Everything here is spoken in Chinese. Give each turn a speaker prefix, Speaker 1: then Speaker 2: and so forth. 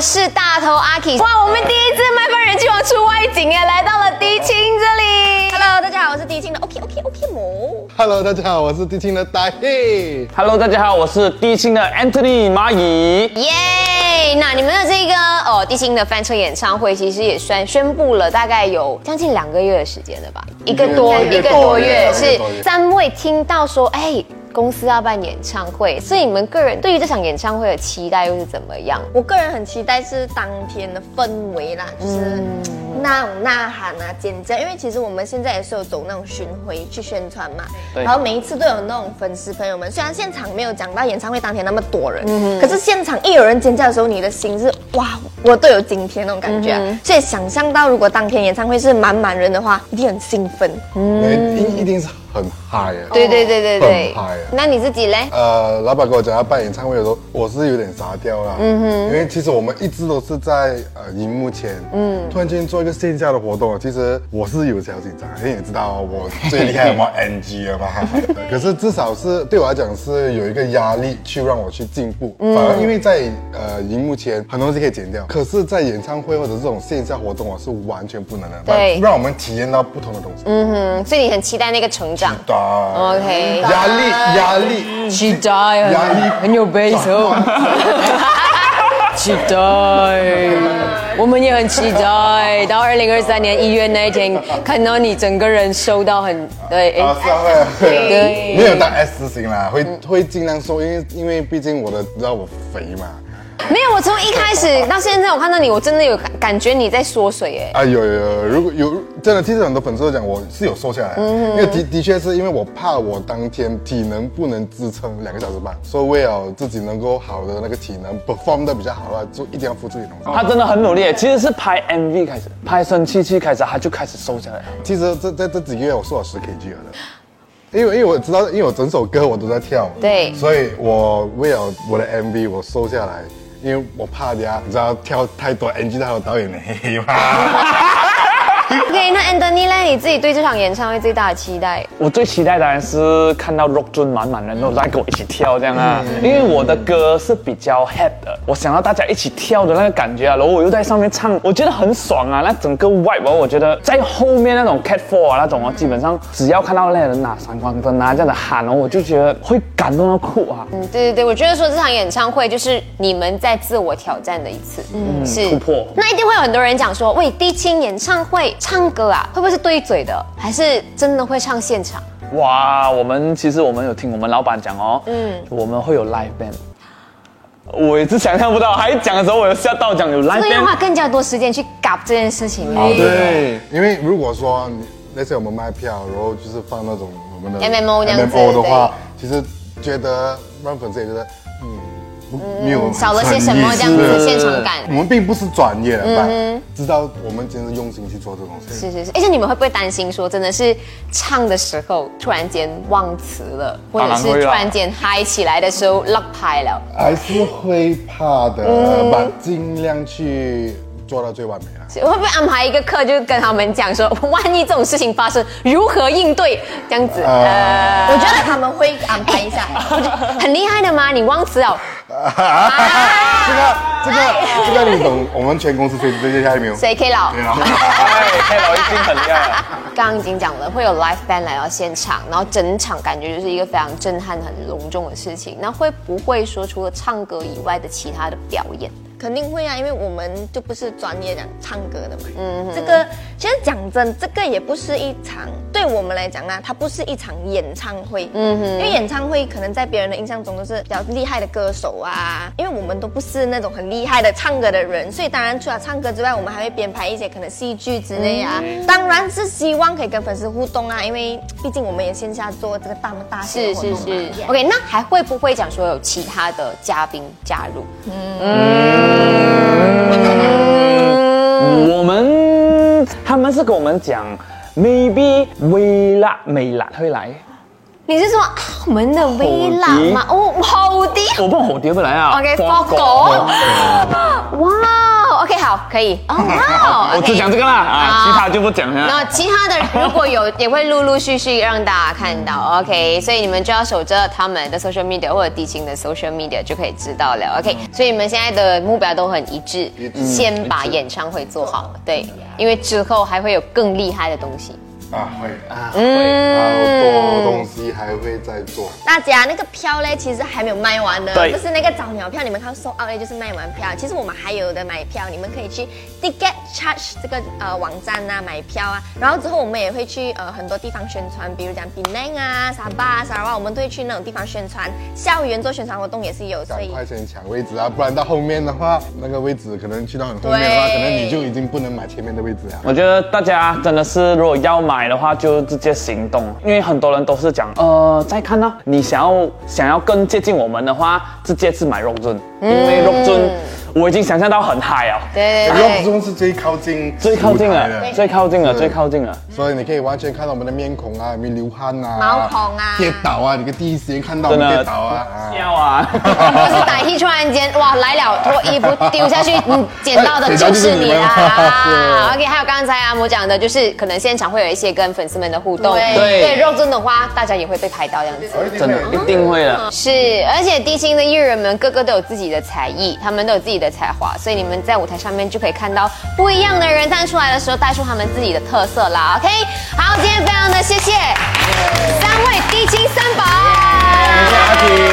Speaker 1: 是大头阿 K。哇，我们第一次麦饭人气王出外景耶，来到了迪青这里。Hello，大家好，我是迪青的 OK OK OK 某。
Speaker 2: Hello，大家好，我是地青的大黑。
Speaker 3: Hello，大家好，我是低清的 Anthony 蚂蚁。
Speaker 1: 耶那你们的这个哦，迪青的翻车演唱会其实也算宣布了，大概有将近两个月的时间了吧，一个多一个多月
Speaker 2: 一个多一个多月一
Speaker 1: 是
Speaker 2: 个多月
Speaker 1: 三位听到说，哎。公司要办演唱会，所以你们个人对于这场演唱会的期待又是怎么样？
Speaker 4: 我个人很期待是当天的氛围啦，就是那种呐喊啊、尖叫，因为其实我们现在也是有走那种巡回去宣传嘛，
Speaker 3: 对
Speaker 4: 然后每一次都有那种粉丝朋友们，虽然现场没有讲到演唱会当天那么多人，可是现场一有人尖叫的时候，你的心是哇，我都有今天那种感觉啊、所以想象到如果当天演唱会是满满人的话，一定很兴奋。
Speaker 2: 嗯，一一定是很嗨耶。
Speaker 1: 对对对对对
Speaker 2: 很嗨耶，
Speaker 1: 那你自己嘞？
Speaker 2: 呃，老板跟我讲要办演唱会的时候，我是有点傻掉啦。嗯哼，因为其实我们一直都是在呃荧幕前，嗯，突然间做一个线下的活动，其实我是有小紧张，因为你知道哦我最厉害玩 NG 了嘛。 可是至少是对我来讲是有一个压力去让我去进步，反而因为在呃荧幕前很多东西可以剪掉，可是在演唱会或者这种线下活动啊我是完全不能的，
Speaker 1: 对
Speaker 2: 让我们体验到不同的东西。嗯，哦
Speaker 1: 嗯，所以你很期待那个成长。
Speaker 2: 对
Speaker 1: OK
Speaker 2: 压力压力
Speaker 5: 期待
Speaker 2: 压力
Speaker 5: 很有 base 哦， 期待，我们也很期待到二零二三年一月那一天，看到你整个人收到很对，
Speaker 2: 啊，是啊，
Speaker 5: 哎对
Speaker 2: 会没有当 S 字型啦，会会尽量瘦，因为因为毕竟我的知道我肥嘛，
Speaker 1: 没有，我从一开始到现在，我看到你，我真的有感感觉你在缩水哎。
Speaker 2: 啊有有有，如果有真的，其实很多粉丝都讲我是有瘦下来，啊因为的的确是因为我怕我当天体能不能支撑两个小时半，所以为了自己能够好的那个体能 perform 的比较好的话，就一定要付出一点东西。
Speaker 3: 他真的很努力，其实是拍 MV 开始，拍生气气开始，他就开始瘦下来了。
Speaker 2: 其实这在这几个月我瘦了十 kg 了的，因为因为我知道，因为我整首歌我都在跳，
Speaker 1: 对
Speaker 2: 所以我为了我的 MV 我瘦下来，因为我怕人家你知道跳太多 NG 还有导演的黑 嘛。
Speaker 1: OK，那 Anthony 嘞，你自己对这场演唱会最大的期待？
Speaker 3: 我最期待当然是看到 Rock 尊满满人都来跟我一起跳这样啊，因为我的歌是比较 h a p 的，我想要大家一起跳的那个感觉啊，然后我又在上面唱，我觉得很爽啊，那整个 vibe 啊我觉得在后面那种 cat four 啊那种啊，基本上只要看到那些人拿闪光灯啊这样的喊哦，我就觉得会感动到哭啊，
Speaker 1: 嗯，对对对，我觉得说这场演唱会就是你们在自我挑战的一次，嗯，是
Speaker 3: 突破
Speaker 1: 那一定会有很多人讲说，喂，低清演唱会唱歌啊，会不会是对嘴的，还是真的会唱现场？
Speaker 3: 哇，我们其实我们有听我们老板讲哦，嗯，我们会有 live band。我也是想象不到，还讲的时候我有吓到，讲有 live
Speaker 1: 这个的
Speaker 3: band
Speaker 1: 话更加多时间去搞这件事情。
Speaker 2: 对，因为如果说你那次我们卖票，然后就是放那种我们的
Speaker 1: MMO 这样子
Speaker 2: MMO 的话，其实觉得让粉丝也觉得嗯。不没有
Speaker 1: 少了些什么
Speaker 2: 诚意
Speaker 1: 这样子
Speaker 2: 是
Speaker 1: 现场感嗯
Speaker 2: 我们并不是专业的，但知道我们真是用心去做这东西。
Speaker 1: 是是是，而且你们会不会担心说，真的是唱的时候突然间忘词了，或
Speaker 3: 当
Speaker 1: 者
Speaker 3: 然
Speaker 1: 是
Speaker 3: 会啊
Speaker 1: 突
Speaker 3: 啦
Speaker 1: 然间嗨起来的时候落拍了？
Speaker 2: 还是会怕的，把尽量去做到最完美啊。
Speaker 1: 会不会安排一个课，就跟他们讲说， 万一这种事情发生，如何应对这样子？
Speaker 3: 啊
Speaker 1: 呃，
Speaker 4: 我觉得他们会安排一下。
Speaker 1: 很厉害的吗？你忘词哦了？
Speaker 2: 这个这个这个你懂，我们全公司谁最厉害没有？
Speaker 1: 谁 K 老？
Speaker 2: 对啊。
Speaker 3: 哎，开老已经很厉害了。
Speaker 1: 刚刚已经讲了，会有 live band 来到现场，然后整场感觉就是一个非常震撼、很隆重的事情。那会不会说，除了唱歌以外的其他的表演？
Speaker 4: 肯定会啊，因为我们就不是专业讲唱歌的嘛。嗯，这个其实讲真，这个也不是一场对我们来讲啊，它不是一场演唱会。嗯哼，因为演唱会可能在别人的印象中都是比较厉害的歌手啊，因为我们都不是那种很厉害的唱歌的人，所以当然除了唱歌之外，我们还会编排一些可能戏剧之类啊。当然是希望可以跟粉丝互动啊，因为毕竟我们也线下做这个大大
Speaker 1: 是
Speaker 4: 型的活动
Speaker 1: 是
Speaker 4: 嘛。
Speaker 1: 是
Speaker 4: Yeah。
Speaker 1: OK，那还会不会讲说有其他的嘉宾加入？
Speaker 3: 我们他们是跟我们讲，maybe 微辣美兰会来，
Speaker 1: 你是说啊我们的微辣吗？哦，好的。
Speaker 3: 我问火蝶会来啊
Speaker 1: OK，
Speaker 3: 花
Speaker 1: 包狗。哇，OK，好，可以。哦，
Speaker 3: 我只讲这个啦，啊，其他就不讲了。
Speaker 1: 那其他的如果有，也会陆陆续续让大家看到。OK，所以你们就要守着他们的 social media 或者迪青的 social media 就可以知道了。OK，所以你们现在的目标都嗯很一致，先把演唱会做好，对，因为之后还会有更厉害的东西。
Speaker 2: 啊会啊会，好多东西还会再做。
Speaker 4: 大家那个票嘞，其实还没有卖完的，
Speaker 3: 对
Speaker 4: 就是那个早鸟票，你们看售 out 嘞，就是卖完票。其实我们还有的买票，你们可以去 Ticket Charge 这个呃网站啊买票啊。然后之后我们也会去呃很多地方宣传，比如讲 Penang 啊、沙巴、沙拉，我们都会去那种地方宣传，校园做宣传活动也是有，所
Speaker 2: 赶
Speaker 4: 以
Speaker 2: 快先抢位置啊，不然到后面的话，那个位置可能去到很后面的话，
Speaker 4: 对
Speaker 2: 可能你就已经不能买前面的位置啊了。
Speaker 3: 我觉得大家真的是，如果要买的话，就直接行动，因为很多人都是讲，呃，再看呢、你想要想要更接近我们的话，直接是买肉尊，
Speaker 2: 嗯
Speaker 3: 因为肉尊我已经想象到很嗨啊，
Speaker 1: 对对
Speaker 2: 肉
Speaker 1: 对，
Speaker 2: 中是最靠近
Speaker 3: 最靠近啊
Speaker 2: 舞台
Speaker 3: 了，
Speaker 2: 的，
Speaker 3: 最靠近了，
Speaker 2: 对嗯
Speaker 3: 最靠近了。
Speaker 2: 所以你可以完全看到我们的面孔啊，有没有流汗啊，
Speaker 4: 毛孔啊
Speaker 2: 跌倒啊，你可以第一时间看到我
Speaker 3: 真
Speaker 2: 们
Speaker 3: 的
Speaker 2: 跌倒啊。啊
Speaker 3: 笑啊！
Speaker 1: 或是打一突然间哇来了，脱衣服丢下去，嗯，捡到的就是你 啦。OK，还有刚才阿姆讲的，就是可能现场会有一些跟粉丝们的互动，
Speaker 4: 对
Speaker 1: 对，肉真的话，大家也会被拍到这样子。
Speaker 3: 真的一定会的。
Speaker 1: 是，而且低薪的艺人们个个都有自己的才艺，他们都有自己的才华，所以你们在舞台上面就可以看到不一样的人站出来的时候，带出他们自己的特色啦。OK，好，今天非常的谢谢三位低薪三宝。
Speaker 2: 谢谢阿婷